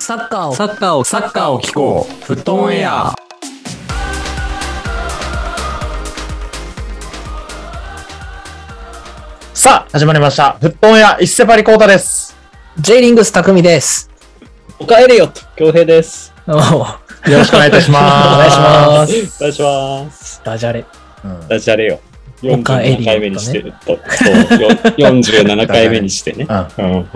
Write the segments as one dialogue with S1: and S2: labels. S1: サッカーを
S2: サッカーを、サッカーを聞こう。フットオンエア。
S3: さあ、始まりました。フットオンエア、一世パリコータです。
S1: J リングス匠です。
S4: おかえりよと、恭平です。
S1: おー
S3: よろしくお願いいたします。
S1: お願いしま
S4: お願いします。
S1: ダジャレ。
S3: うん
S4: ダジャレよ。
S1: おかえりよとね
S4: 47回目にしてると。そうよ47回目にして ね。
S3: うん
S4: うん。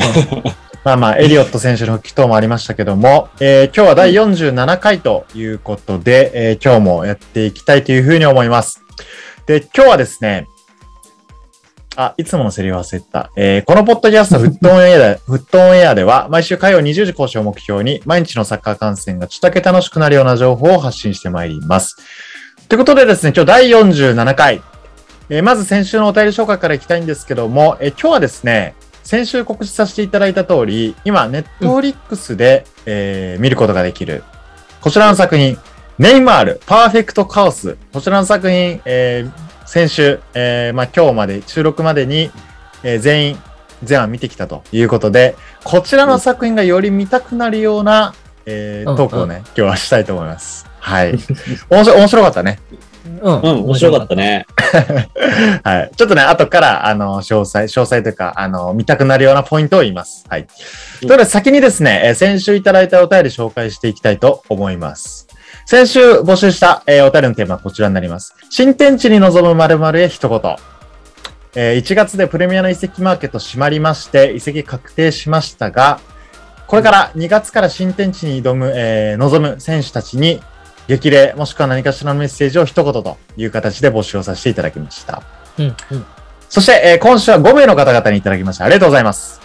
S3: まあまあ、エリオット選手の復帰等もありましたけども、えー今日は第47回ということで、えー今日もやっていきたいというふうに思います。で、今日はですね、あ、いつものセリフ忘れてた。えーこのポッドキャストフットオンエアで、 フットオンエアでは、毎週火曜20時更新を目標に、毎日のサッカー観戦がちょっとだけ楽しくなるような情報を発信してまいります。ということでですね、今日第47回、えーまず先週のお便り紹介からいきたいんですけども、えー今日はですね、先週告知させていただいた通り、今、ネットフリックスで、えー見ることができる、こちらの作品、ネイマール、パーフェクトカオス。こちらの作品、えー先週、えーまあ今日まで、収録までに、えー全員、全話見てきたということで、こちらの作品がより見たくなるような、えー
S1: うん
S3: トークをね、今日はしたいと思います。 はい。面白面白かったね。
S1: うん
S4: うん、面白かったね。
S3: はい。ちょっとね、後から、あの、詳細、詳細というか、あの、見たくなるようなポイントを言います。はい。ということで、先にですね、えー先週いただいたお便り紹介していきたいと思います。先週募集した、えーお便りのテーマはこちらになります。新天地に臨む〇〇へ一言。えー1月でプレミアの移籍マーケット閉まりまして、移籍確定しましたが、これから2月から新天地に挑む、えー臨む選手たちに、激励、もしくは何かしらのメッセージを一言という形で募集をさせていただきました。
S1: うんうん
S3: そして、えー今週は5名の方々にいただきました。ありがとうございます。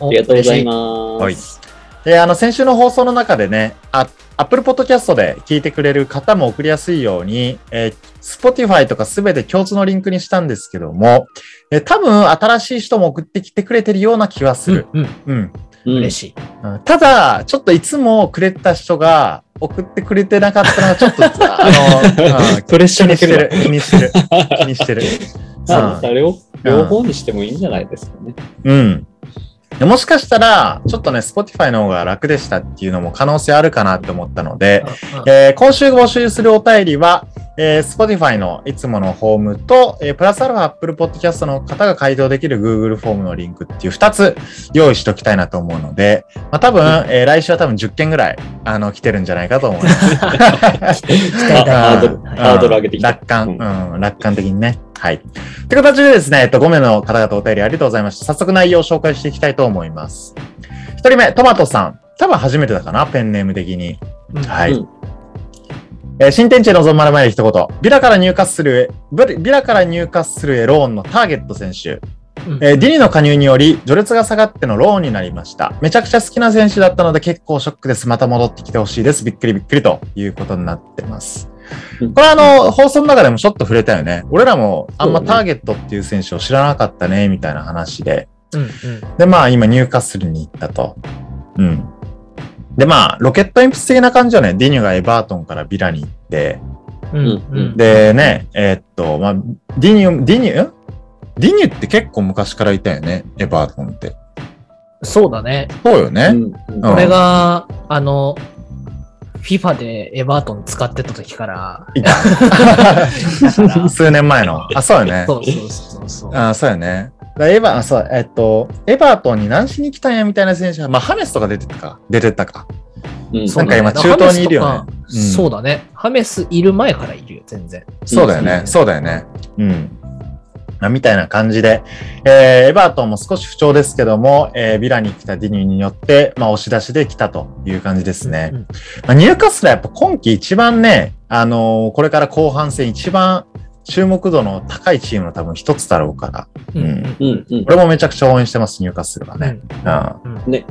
S1: お
S4: ありがとうござ
S1: 嬉
S4: い
S1: し
S4: ます。
S3: えーあの、先週の放送の中でね、あ Apple Podcast で聞いてくれる方も送りやすいように、えー Spotify とかすべて共通のリンクにしたんですけども、えー多分新しい人も送ってきてくれてるような気はする。
S1: うんうん。
S3: うん。
S4: うん
S1: 嬉しい。
S3: うんただ、ちょっといつもくれてた人が送ってくれてなかったのはちょっと、あの、うん
S4: プレッシ
S3: 気
S4: ャー
S3: に
S4: に
S3: して
S4: く
S3: る
S4: る。。
S3: 気にしてる。気にしてる。
S4: まあ、両両方にしてもいいんじゃないですかね。
S3: うん。でもしかしたら、ちょっとね、Spotify の方が楽でしたっていうのも可能性あるかなって思ったので、えー今週募集するお便りは、えー Spotify のいつものホームと、えープラスアルファ Apple Podcast の方が回答できる Google フォームのリンクっていう2つ用意しておきたいなと思うので、まあ、多分、えー来週は多分10件ぐらい、あの、来てるんじゃないかと思います。
S1: 期待
S4: ハ
S1: だな
S4: ードルハードル上げてきた
S3: 楽観、うん、楽観的にね。はい。って形でですね、えっと、5名の方々お便りありがとうございました。早速内容を紹介していきたいと思います。1人目、トマトさん。多分初めてだかな、ペンネーム的に。はい。
S4: うん
S3: えー新天地へ臨まれ前に一言。ビラから入荷するへ、ビビラから入荷するへローンのターゲット選手。
S1: うん
S3: えーディニの加入により、序列が下がってのローンになりました。めちゃくちゃ好きな選手だったので結構ショックです。また戻ってきてほしいです。びっくりびっくりということになってます。
S4: うん
S3: これはあの、放送の中でもちょっと触れたよね。俺らもあんまターゲットっていう選手を知らなかったね、みたいな話で。
S1: うんうん
S3: で、まあ今入荷するに行ったと。うん。で、まあ、ロケット鉛筆的な感じよね。ディニがエバートンからビラに行って、
S1: うん
S4: うんうん
S3: でね、えーっと、まあ、ディニュ、ディニュ、んディニュって結構昔からいたよね、エバートンって。
S1: そうだね。
S3: そうよね。
S4: うん
S3: うん
S1: これが、あの、FIFA でエバートン使ってた時から、
S3: い た。数年前の。あ、そうよね。
S1: そうそうそうそう。
S3: あ、そうよね。だエバー、あそう、えーっと、エバートンに何しに来たんやみたいな選手が、まあ、ハメスとか出てたか。出てたか。
S4: うん
S1: そうだ
S3: な
S1: ね
S3: んか今中東にいるよね
S1: ハメスとか
S3: うん
S1: そうだね。ハメスいる前からいるよ、全然。
S3: そうだよね。そうだよね。うん。まあ、みたいな感じで、えーエバートンも少し不調ですけども、えービラに来たディニューによって、まあ、押し出しで来たという感じですね。
S1: うん
S3: まあ、ニューカッスルはやっぱ今季一番ね、あのーこれから後半戦一番注目度の高いチームの多分一つだろうから、
S1: うんうん
S4: うんうん。
S3: 俺もめちゃくちゃ応援してます、ニューカッスルはね。
S1: うんうん
S3: うん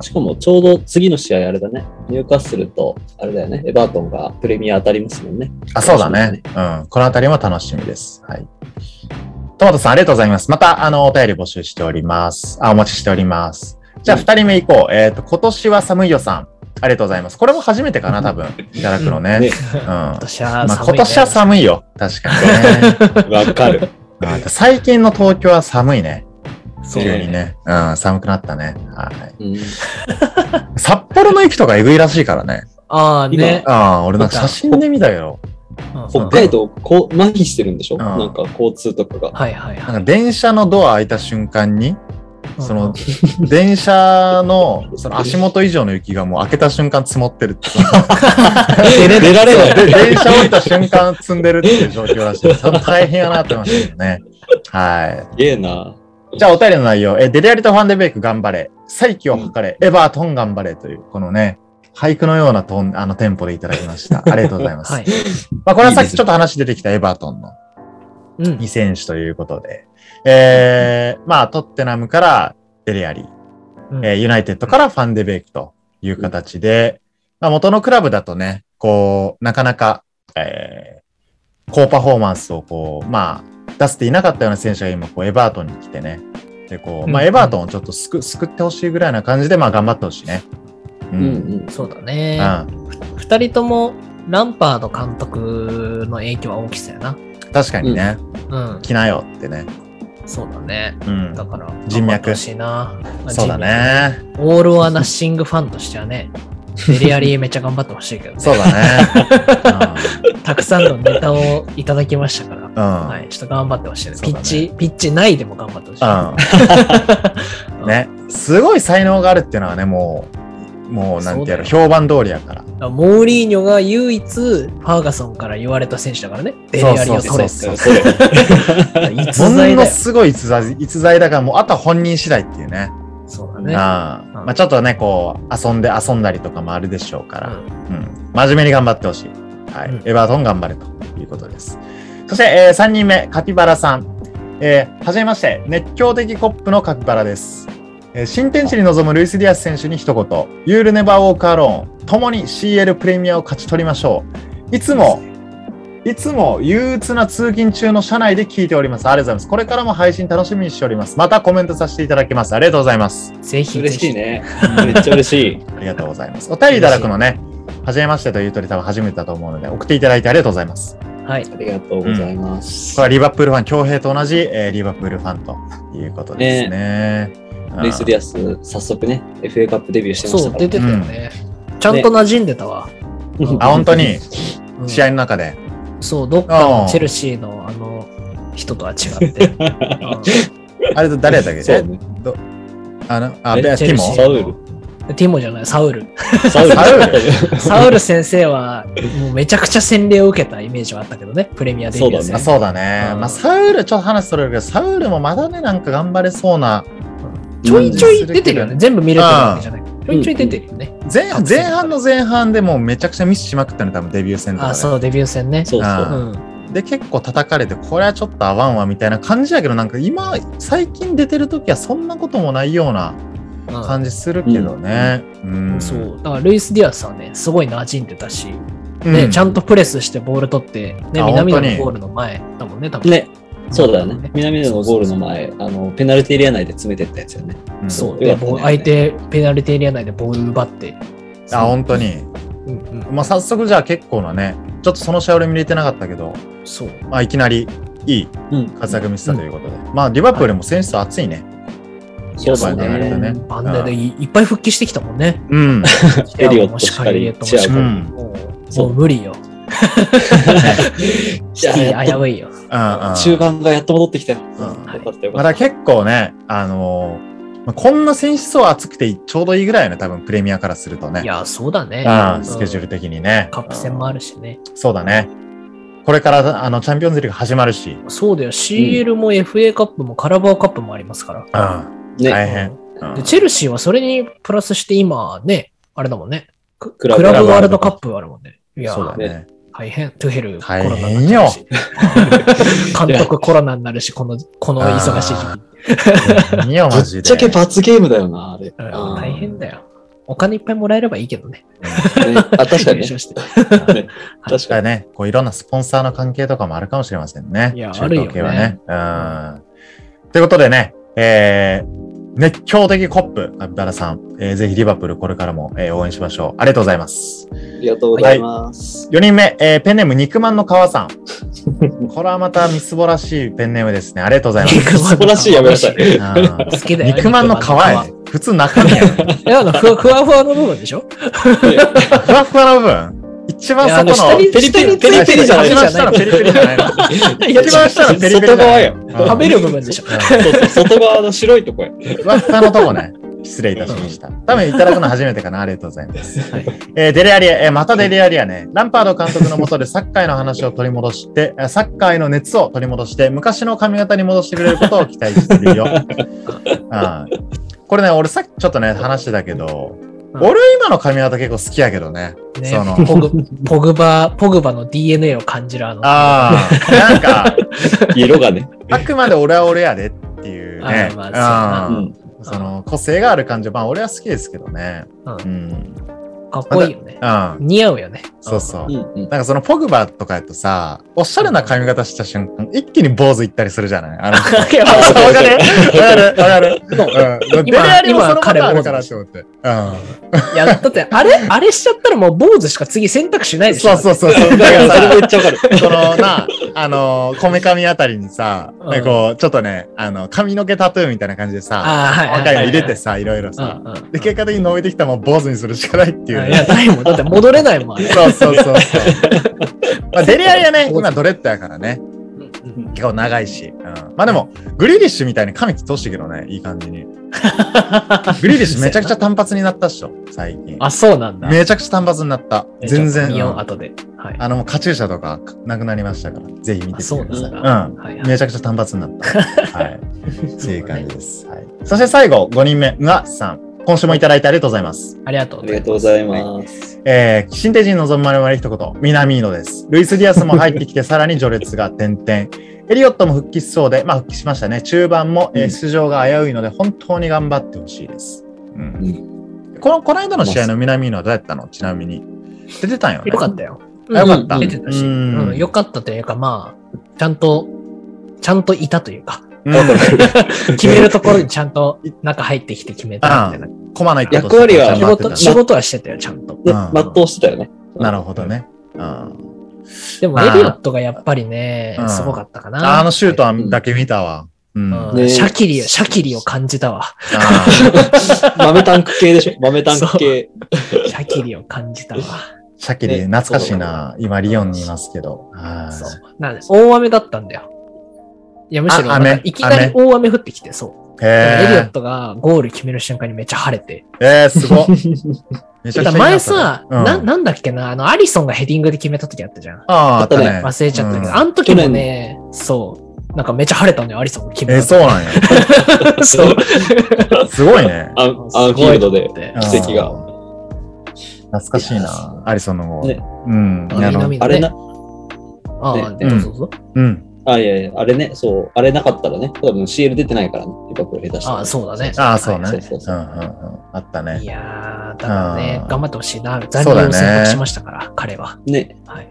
S4: しかも、ちょうど次の試合、あれだね。入荷すると、あれだよね。エバートンがプレミア当たりますもんね。
S3: あ、そうだね。うん。このあたりも楽しみです。はい。トマトさん、ありがとうございます。また、あの、お便り募集しております。あ、お待ちしております。じゃあ、
S4: うん
S3: 二人目いこう。えっ、と、今年は寒いよさん。ありがとうございます。これも初めてかな、多分。いただくのね。
S4: ね
S3: うん。ま
S1: 今
S3: あ、
S1: 年は寒いね、
S3: 今年は寒い よ。確かにね。
S4: わかる。
S3: あ最近の東京は寒いね。
S1: そう
S3: 急
S1: だ
S3: に
S1: よね。
S3: ね。うん、寒くなったね。はい。
S4: うん、
S3: 札幌の雪とかえぐいらしいからね。
S1: ああね。
S3: ああ、俺なんか写真で見たけど。
S1: うん
S4: 北海道、こう、麻痺してるんでしょ、
S3: ん
S4: なんか交通とかが。
S1: はいはい
S3: なん
S1: は
S3: か
S1: い。
S3: 電車のドア開いた瞬間に、そ
S1: うん
S3: の、電車の、その足元以上の雪がもう開けた瞬間積もってるって。
S1: 出れ
S4: 出られない。
S3: で電車降りた瞬間積んでるっていう状況ら しい。それ大変やなって思いましたけどね。はい。
S4: すげえな。
S3: じゃあお便りの内容、えデリアリとファンデベイク頑張れ、再起を図れ、エバートン頑張れという、このね、俳句のようなトン、あの、テンポでいただきました。ありがとうござい ます。
S1: はい。
S3: まあ、これはさっ
S4: いい
S3: き
S4: です
S3: ちょっと話出てきたエバートンの
S1: うん。
S3: 2選手ということで、えー、まあ、トッテナムからデリアリ、
S1: うん
S3: えーユナイテッドからファンデベイクという形で、まあ、元のクラブだとね、こう、なかなか、えー、高パフォーマンスをこう、まあ、出せていなかったような選手が今、こう、エバートンに来てね、で、こう、まあ、
S1: うん
S3: エバートンをちょっと救救ってほしいぐらいな感じで、まあ、頑張ってほしいね。う。
S4: うんんう
S3: うん
S4: ん。
S1: そうだね。二人ともランパード監督の影響は大きさやな。
S3: 確かにね、
S1: うん、
S3: 来なよってね。
S1: そうだね。
S3: うん。
S1: だから、
S3: 人脈
S1: 頑張ってほしいな。まあ
S3: そうだ。
S1: 人脈
S3: ね。
S1: オール・オア・ナッシングファンとしてはね、デリアリーめっちゃ頑張ってほしい けど、
S3: そ うだね。
S1: たくさんのネタをいただきましたから、
S3: うん。うん
S1: はい、ちょっと頑張ってほしいです、
S3: そう
S1: ピ
S3: だ
S1: ッ
S3: ね
S1: チ、ピッチないでも頑張ってほしい。
S3: うん。 ね、すごい才能があるっていうのはね、もう、もうなんてやる、
S1: そ
S3: 評判通りやから。
S1: モーリーニョが唯一、ファーガソンから言われた選手だからね、デリアリーを取れって。
S3: そう
S4: それ。
S1: 逸
S3: も
S1: 材
S3: の
S1: だよ。
S3: すごい逸材逸材だから、もうあとは本人次第っていうね。
S1: そうだ
S3: うん
S1: ね。
S3: まあちょっとね、こう、遊んで遊んだりとかもあるでしょうから、
S1: う
S3: うん
S1: ん
S3: 真面目に頑張ってほしい。はい。
S1: うん
S3: エバートン頑張れということです。そして、え3人目、カピバラさん。えーはじめまして、熱狂的コップのカピバラです。えー新天地に臨むルイス・ディアス選手に一言、ユール・ネバー・ウォーク・アローン、共に CL プレミアを勝ち取りましょう。いつも、いつも憂鬱な通勤中の車内で聞いております。ありがとうございます。これからも配信楽しみにしております。またコメントさせていただきます。ありがとうございます。
S1: ぜひぜ
S4: 嬉しい
S1: ひ、
S4: ね。めっちゃ嬉しい。
S3: ありがとうございます。お便りいただくのね、はじめましてというとり多分初めてだと思うので、送っていただいてありがとうございます。こ
S1: はい。
S4: ありがとうございます。
S3: れはリバプールファン、京平と同じ、えーリバプールファンということですね。うん
S4: ルイス・ディアス、早速ね、FA カップデビューしてまし
S1: そ
S4: た
S1: う、
S4: から。
S1: 出てたよね。ちゃんと馴染んでたわ。
S4: うん
S3: あ、本当に、
S1: うん
S3: 試合の中で。
S1: そう、どっかのチェルシーのあの人とは違って。うん
S3: あれと誰やったっけ
S4: そうね。
S3: あの、あ、
S4: え
S3: で、
S1: チ
S3: テ
S1: ェ
S3: ィ
S1: ルシ
S3: モ
S1: ー
S4: サウ
S1: ル。ティモじゃない、サウル。
S4: サウル。
S3: サウ
S1: サウル先生は、もうめちゃくちゃ洗礼を受けたイメージはあったけどね、プレミアデビュー
S4: そうだ
S1: 戦。
S3: あそうだね。
S1: うん
S3: まあ、サウル、ちょっと話それるけど、サウルもまだね、なんか頑張れそうな。
S1: ちょいちょい出てるよね。全部見れてるわけじゃない。ちょいちょい出てるよね。
S3: 前前半の前半でもうめちゃくちゃミスしまくったの、多分デビュー戦とか
S1: あ、
S3: で。
S1: そう、デビュー戦ね。
S4: そうそうう。
S1: ん。
S3: で、結構叩かれて、これはちょっと合わんわみたいな感じやけど、なんか今、最近出てる時はそんなこともないような感じするけどね。うん。
S1: うんそう。だから、ルイス・ディアスはね、すごい馴染んでたし、
S3: うん。
S1: ね、ちゃんとプレスしてボール取って、ね、
S3: あ
S1: 南野
S3: 本当に
S1: のゴールの前だもんね、多分。
S4: ね、そうだよね。南野のゴールの前、あの、ペナルティーエリア内で詰めてったやつよね。
S3: うん
S1: そう。
S4: よ
S1: で、
S4: かったね
S1: ボール相手、ペナルティーエリア内でボール奪って。
S3: あ、本当に。
S1: うんうん。
S3: まあ、早速じゃあ結構なね、ちょっとその試合俺見れてなかったけど、
S1: そう。
S3: まあ、いきなりいい
S4: うん。
S3: 活躍見せたということで。まあ、リバプールも選手層熱いね。
S4: そう
S1: そう
S4: だ
S1: だね
S4: ね。
S1: バンデでいいっぱい復帰してきたもん ね。
S3: うん。
S4: エリオットしっかり、
S1: も
S4: チ
S1: し
S4: ア
S1: か
S4: ゴ
S1: り
S3: うん。
S1: もう
S4: そ
S1: も
S4: う
S1: う無理よ。
S4: い
S1: シ
S4: や
S1: ティ危
S4: やっ
S1: ういよ。
S3: うんうん
S4: と中盤がやっと戻ってきたよ。
S3: うん
S4: よかったよ
S3: まあ
S4: かっ
S3: だから結構ね、あのーまあこんな選手層厚くてちょうどいいぐらいよね、多分プレミアからするとね。
S1: いや、そうだね。
S3: う
S1: うん
S3: ん、スケジュール的にね。
S1: カップ戦もあるしね。
S3: そうだね。これからあのチャンピオンズリーグ始まるし、
S1: そうだよ。CL も FA カップもカラバーカップもありますから。
S3: うん、
S4: た。ね、
S3: 大変。うん
S1: でチェルシーはそれにプラスして今ね、あれだもんね。クク
S4: クラ
S1: ラ
S4: ブ
S1: ブワールドカップあるもんね。いや
S3: そうだ
S1: ー、
S3: ね。
S1: 大変。トゥヘル、コ
S3: 大
S1: ロナに
S3: 変
S1: な
S3: よ
S1: っちゃうし 監督コロナになるし、この、この忙しい時期。
S3: いいよ、
S4: ぶ
S3: マジで。
S4: っちゃけ罰ゲームだよな、あれ。
S1: うん
S4: あー
S1: 大変だよ。お金いっぱいもらえればいいけどね。
S4: ねあ、確か
S1: 優
S4: に ね。
S1: 勝して。
S3: だか
S4: 確か
S3: ら
S4: に。
S3: ね、こういろんなスポンサーの関係とかもあるかもしれませんね。
S1: いや
S3: 中東系はね。うん。ということでね、えー、熱狂的コップ、カピバラさん、えーぜひリバプールこれからも、えー応援しましょう。ありがとうございます。
S4: りがとうございます。
S3: 4人目、えーペンネーム肉まんの 川さん。これはまたみすぼらしいペンネームですね。ありがとうござい ます。
S1: 素
S4: 素晴らしい、やめな さい。。
S3: あー
S1: 好きだよ。
S3: 肉まんの皮やね。普通中身や ね。
S1: え、あの、ふわふわふわの部分でしょ
S3: ふわふわの部分。一番外の。
S4: ペリペリ
S1: ペリペリじゃない
S3: 一番下のペリペリじゃないの。一番下のペリペリじゃな
S4: 外側
S3: い
S4: よ。
S3: うん
S1: 食べる部分でしょ。
S4: そうそう外側の白いとこや。
S3: ふわふわのとこね。失礼いたしました。多分いただくの初めてかな。ありがとうございます。
S1: はい
S3: えーデレアリア、えーまたデレアリアね。ランパード監督のもとでサッカーへの話を取り戻して、えーサッカーへの熱を取り戻して、昔の髪型に戻してくれることを期待してるよ。 うんこれね、俺さっきちょっとね、話してたけど、
S1: うん
S3: 俺今の髪型結構好きやけどね。
S1: ね
S3: その、
S1: ポグ、ポグバ、ポグバの DNA を感じるあの。
S3: ああ、なんか、
S4: 色がね。
S3: あくまで俺は俺やでっていうね。
S1: あーまあ
S4: う
S3: うん
S4: ん。
S3: その個性がある感じ、まあ俺は好きですけどね。
S1: うん
S3: うん。
S1: かっこいいよね。
S3: うん。
S1: 似合うよね。
S3: そ うそうう。
S4: んうん。
S3: なんかそのポグバとかやとさ、おしゃれな髪型した瞬間、一気に坊主いったりするじゃないあの人。わ
S1: いや
S3: かるわかるわかる。うん。
S1: 今
S3: デレアリもそのパターンあ
S1: 今
S3: るからと思って。う
S1: いや、だって、あれ、あれしちゃったらもう坊主しか次選択肢ない
S3: ん。
S1: でしょ。
S3: そうそうそう。そう
S4: だからそれも
S3: だ
S4: めっちゃわか る。
S3: からさ、そのな、あの、こめかみあたりにさ、
S1: うん
S3: なんかこう、ちょっとね、あの、髪の毛タトゥーみたいな感じでさ、
S1: ああ、はい。
S3: 若いの入れて
S1: さ。
S3: さ、いろいろ
S1: うん
S3: さ。
S1: うん。
S3: で、結果的に伸びてきたもん坊主にするしかないって
S1: い
S3: いうね。
S1: や、ないもん。だって戻れないもん、あれ。
S3: そうそ うそうそう。まあ、デリアリはね、今ドレッドやからね、
S1: うん
S3: 結構長いし。うん、まあでも、グリリッシュみたいに髪切ってほしいけどね、いい 感じに。グリリッシュめちゃくちゃ単発になったっしょ、最近。
S1: あ、そうなんだ。
S3: めちゃくちゃ単発になった。全然。
S1: 見よう、
S3: うん
S1: 後で。はい。
S3: あの、もうカチューシャとかなくなりましたから、ぜ
S1: あ、
S3: ひ見てみて
S1: そう
S3: く
S1: な
S3: ださい。
S1: んだ。
S3: うん。
S1: はいはい。
S3: めちゃくちゃ単発にな った。はい。そういう感じです。はい。そして最後、5人目、うわさん。今週もいただいてありがとうございます。
S1: ありがとう
S4: あ
S1: ご
S4: り
S1: ざい
S4: が
S1: ま
S4: とうございます。
S3: えー、新天地に望むま々一言、南井野です。ルイス・ディアスも入っ てきて、さらに序列が点々。エリオットも復帰しそうで、まあ復帰しましたね。中盤も、えー
S4: うん
S3: 出場が危ういので、本当に頑張ってほしいです。う。
S4: うんん
S3: この、この間の試合の南井野はどうやったのちなみに。出てたんよ
S1: す。
S3: ね。
S1: よかったよ。
S3: あよかった。
S1: 出てたし。う
S3: う
S1: んん、よかったというか、まあ、ちゃんと、ちゃんといたというか、
S3: うん。
S1: 決めるところにちゃんと中入ってきて決めたみたいな。
S3: コマないってこと
S4: 役割
S3: ちゃ
S4: は
S3: ん
S1: 仕
S3: と合ってた
S1: 事、仕事はしてたよ、ちゃんと。
S4: で、
S3: うん
S4: 全うしてたよね。
S3: なるほどね。うん。
S1: でも、
S3: あ
S1: エ
S3: ー
S1: リオットがやっぱりね
S3: う、ん
S1: すごかったかな。
S3: あのシュートはだけ見たわ。うん。
S1: うん
S4: ね
S1: シャキリ、シャキリを感じたわ。
S3: あ ー
S4: 豆タンク系で しょ豆タンク系。
S1: シャキリを感じたわ。
S3: シャキリ、
S4: ね
S3: 懐かしいな。今、リヨンにいますけど。はい
S1: そう。なんで、大雨だったんだよ。いや、むしろな
S3: あ
S1: ん
S3: 雨
S1: か、いきなり大雨降ってきて、そう。
S3: へ
S1: エリオ
S3: え
S1: ッ。トがゴール決める瞬間にめっちゃ晴れて。
S3: えー、すごっ。 めちゃ
S1: だ
S3: く
S1: から
S3: ちゃいいな
S1: 前さ、
S3: それうん
S1: な、なんだっけな、あの、アリソンがヘディングで決めた時あったじゃん。
S3: ああ、あったね。
S1: 忘れちゃったけど、
S3: うん
S1: あの時もね、そう。なんかめっちゃ晴れたんだよ、アリソンが決
S3: え
S1: め
S3: ー、
S1: た時。
S3: そう なんや。
S1: そう。
S3: すごいね。
S4: あのあのフィールドで。
S3: うん
S4: 奇跡が。
S3: 懐かしいな。アリソンの方。
S4: ね
S3: うん。
S1: あ
S3: なるほど
S1: 南
S4: あれな、
S1: ああ、
S3: ね
S1: どうぞどうぞ。
S3: うん。
S4: あ、いやいや、あれね、そう、あれなかったらね、多分 CL 出てないからね、リバプール下手したら。
S1: ああ、そうだね。
S3: ああ、そうね。
S1: は
S3: うんうん
S4: そうそう
S3: うん。
S4: そう
S3: あった
S1: い
S3: ね。
S1: やー、だからね
S3: う、ん
S1: 頑張ってほしいな。残
S3: そうだ
S1: 留
S3: ね
S1: を選択しましたから、彼は。
S4: ね、
S1: はい。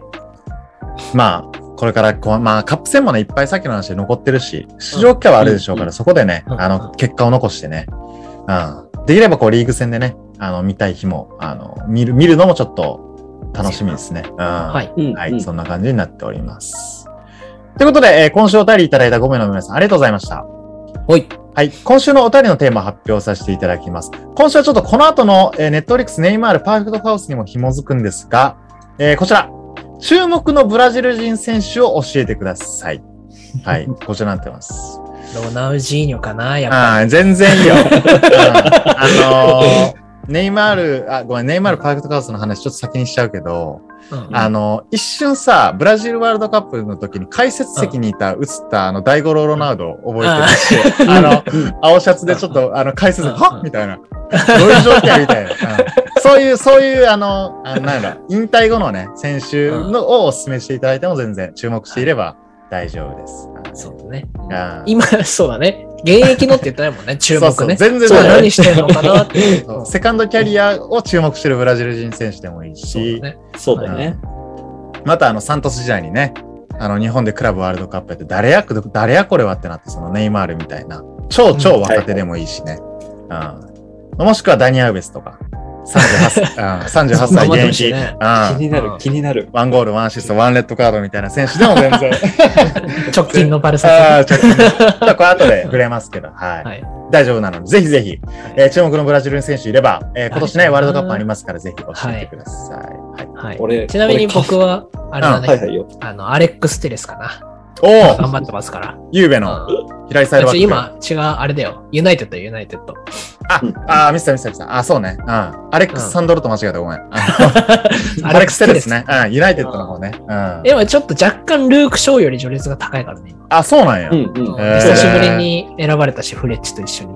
S3: まあ、これからこう、まあ、カップ戦もね、いっぱいさっきの話で残ってるし、出場機会はあるでしょうか
S4: う
S3: ら、そこでね、
S1: うん
S3: あの、結果を残してね。うん。できれば、こう、リーグ戦でね、あの、見たい日も、あの、見る、見るのもちょっと楽しみですね。うん。は
S1: はい。
S4: うん。
S3: は
S4: うん
S3: い、そんな感じになっております。ということで、えー今週お便りいただいた5名の皆さん、ありがとうございました。
S1: おい。
S3: はい、今週のお便りのテーマを発表させていただきます。今週はちょっとこの後の、えー、ネットフリックスネイマールパーフェクトハウスにも紐づくんですが、えーこちら、注目のブラジル人選手を教えてください。 はい、こちらになってます。
S1: ロナウジーニョかな、やっぱ
S3: ああ、全然いいよ。うんあのーネイマール、あ、ごめん、ネイマールパーフェクトハウスの話ちょっと先にしちゃうけど、
S1: り。うん
S3: あの、一瞬さ、ブラジルワールドカップの時に解説席にいた、映った、あの、大五郎ロナウドを覚えてるし、あの、青シャツでちょっと、あの、解説
S1: う
S3: 席、
S1: ん
S3: はっみたいな。どういう状況みたいな。うんそういう、そういう、あの、あのなんだろう、引退後のね、選手のをお勧めしていただいても全然注目していれば大丈夫です。
S1: そうだね。
S3: あー
S1: 今、 そうだね。現役のって言ってない もんね、注
S3: そ
S1: 目
S3: うそう
S1: ね。
S3: 全然
S1: そう
S3: ない
S1: 何してんのかなって。
S3: そうセカンドキャリアを注目してるブラジル人選手でもいい
S1: そう
S3: し、
S1: だね。
S4: そうだね。
S3: またあのサントス時代にね、あの日本でクラブワールドカップやって、誰や、誰やこれはってなって、そのネイマールみたいな、超超若手でもいいしね。うんもしくはダニ・アウベスとか、38, うん38歳現役、
S1: ね
S4: 気
S3: うん、
S4: になる、気になる。
S3: ワンゴール、ワンアシスト、ワンレッドカードみたいな選手でも全 然。
S1: 直近のパルサ
S3: ああ、
S1: ス。
S3: ちょっとね、ちょっとこれ後で触れますけど、はい。
S1: はい。
S3: 大丈夫なので、ぜひぜひ、えー注目のブラジル選手いれば、えー今年ね、
S1: はい
S3: ワールドカップありますから、ぜひ教えてください。はい
S1: はい、
S4: 俺
S1: ちなみに僕は、あれだね、
S4: はいはいよ。
S1: あの、アレックス・テレスかな。
S3: お
S1: 頑
S3: お
S1: 張ってますから。
S3: ゆうべの
S1: うん
S3: 平井サイドバック。
S1: 今、違う、あれだよ。ユナイテッドよユナイテッド。
S3: あ
S4: うん、
S3: あー、ミスターミスターミスター。あ、そうね。うん。アレック
S1: うん
S3: ス・サンドロと間違えた。ごめん。あのアレックス・テレスね。うん。ユナイテッドの方ね。うん。
S1: でもちょっと若干ルーク・ショーより序列が高いからね。
S3: あ、そうなんや
S4: う。んう
S1: 今
S4: ん。
S3: へー
S1: 久しぶりに選ばれたし、フレッチと一緒に。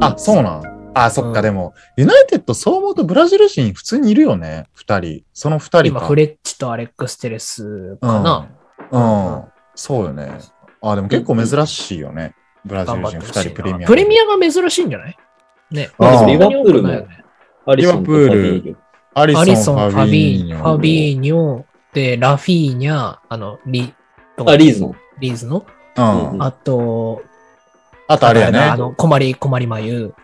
S3: あ、そうなん。あ、そっ
S1: う
S3: か。
S1: ん
S3: でも、ユナイテッド、そう思うとブラジル人普通にいるよね。二人。その二人
S1: 今、
S3: か。
S1: フレッチとアレックス・テレスかな。
S3: うん。そうよね。あ、でも結構珍しいよね。ブラジ
S1: 頑
S3: ル
S1: 張って
S3: 人
S1: ほ
S3: 二
S1: しいな
S3: 人プレミアム。
S1: プレミアが珍しいんじゃないね。
S3: あー
S1: そんなに多くないよね
S4: アリソンとファビーニョ
S3: アリ
S1: アリソ
S3: ソン、
S1: ン、
S3: フ
S1: フ
S3: ァ
S1: ァ
S3: ビ
S1: ビ
S3: ーニ
S1: ー、
S3: ョ。
S1: ファビーニョ、で、ラフィーニャ、あの、リ、
S4: あ、リーズの。
S1: リーズの、
S3: うん
S4: うん
S1: あと、
S3: あとあれやね。
S1: あ
S3: あの、
S1: の、困り、困りまゆ。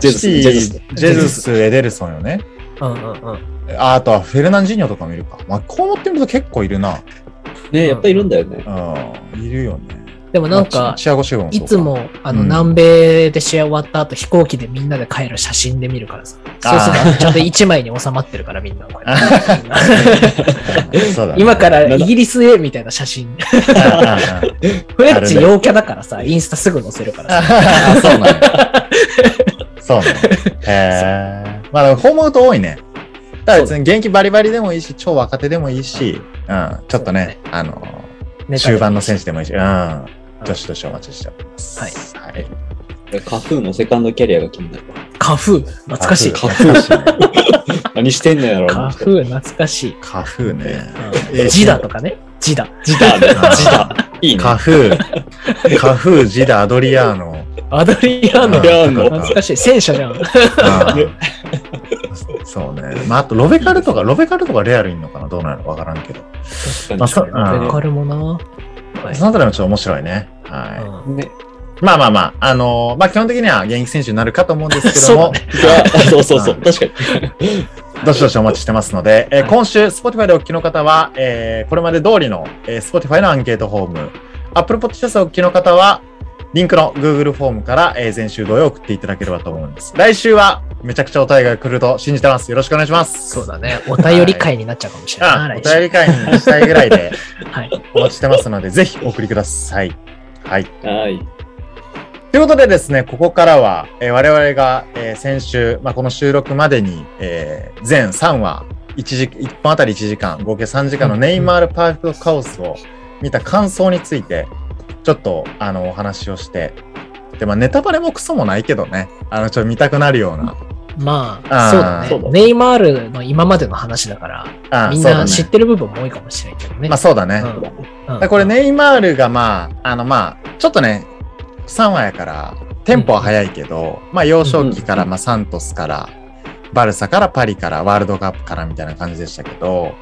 S3: シ
S4: ジェズス
S3: ティ、ジ
S4: ジェ
S3: ェ
S4: ズス
S3: ズス、エデルソンよね。
S1: うんうんうん。
S3: ああとはフェルナンジーニョとかもいるか。まあ、こう思ってみると結構いるな。
S4: ねやっぱいるんだよね。
S3: うん。いるよね。
S1: でもなんか
S3: チ、チアゴシェブもそ
S1: い
S3: うか
S1: つ。も、あの、
S3: うん
S1: 南米で試合終わった後、飛行機でみんなで帰る写真で見るからさ。そうすると、ちゃんと一枚に収まってるから、みんな。こうやって
S3: そうだね。
S1: 今から
S4: なんだ
S1: イギリスへみたいな写真。
S3: うんうんうん
S1: フレッチ陽キャだからさ、インスタすぐ載せるからさ。
S3: あそうなんや。 そうなんや。へえ。まあ、でもホームアウト多いね。ただ別に現役バリバリでもいいし、超若手でもいいし、うん。ちょっとね、あの、
S1: ネタで
S3: 中盤の選手でもいいし、うん。どしどしお待ちしております。はい。はい。
S4: カフーのセカンドキャリアが気になる。
S1: カフー、懐かしい。
S3: カフーね。
S4: 何してんのやろう
S1: カ
S4: な。
S1: フー、懐かしい。
S3: カフーね。
S1: うんジダとかね。ジダ。
S4: ジダーね。
S3: あー
S4: ジダー。いいね。
S3: カフー。カフー、ジダ、アドリアーノ。
S1: アドリアーノ
S3: うん。
S4: リアーノ
S1: 懐かしい。戦車じゃん。
S3: うんそうね。まあ、あと、ロベカルとか、ロベカルとかレアルいんのかなどうなのわからんけど。まあそうん
S1: ベカルもな。はい
S3: そのあたりもちょっと面白いね。はい。
S1: うん
S4: ね。
S3: まあまあまあ、あのーまあ基本的には現役選手になるかと思うんですけど
S1: そう
S3: も、
S4: じゃあ、そうそうそうう。
S3: ん
S4: 確かに。
S3: どしどしお待ちしてますので、えー
S1: はい
S3: 今週、Spotify でお聞きの方は、えーこれまで通りの、えー Spotify のアンケートフォーム、Apple Podcast をお聞きの方は、リンクの Google フォームから、えー前週同様送っていただければと思うんです。来週は、めちゃくちゃお便りが来ると信じてます。よろしくお願いします。
S1: そうだね。お便り会になっちゃうかもしれ
S3: あ
S1: な、いな。
S3: お
S1: 来
S3: 便り会にしたいぐら いで
S1: 週はい。
S3: お待ちしてますので、ぜひお送りください。はい。
S4: はい。
S3: ということでですね、ここからは、えー我々が、えー先週、まあ、この収録までに、えー全3話、1, 時1本あたり1時間、合計3時間の
S1: うん
S3: ネイマール・パーフェクト・カオスを見た感想について、ちょっとあのお話をして、でまあ、ネタバレもクソもないけどね、あのちょっと見たくなるような、
S1: ま
S3: あー
S1: あ、そうだね
S4: そうだね
S1: ネイマールの今までの話だから、
S3: あ
S1: みん
S3: そうだ
S1: な
S3: ね
S1: 知ってる部分も多いかもしれないけどね。
S3: まあ、そうだね。
S1: うんうん
S3: だからこれ、ネイマールがまあ、あのまあ、ちょっとね、3話やから、テンポは速いけど、まあ幼少期から、
S4: うん
S3: まあサントスから、バルサからパリから、ワールドカップからみたいな感じでしたけど、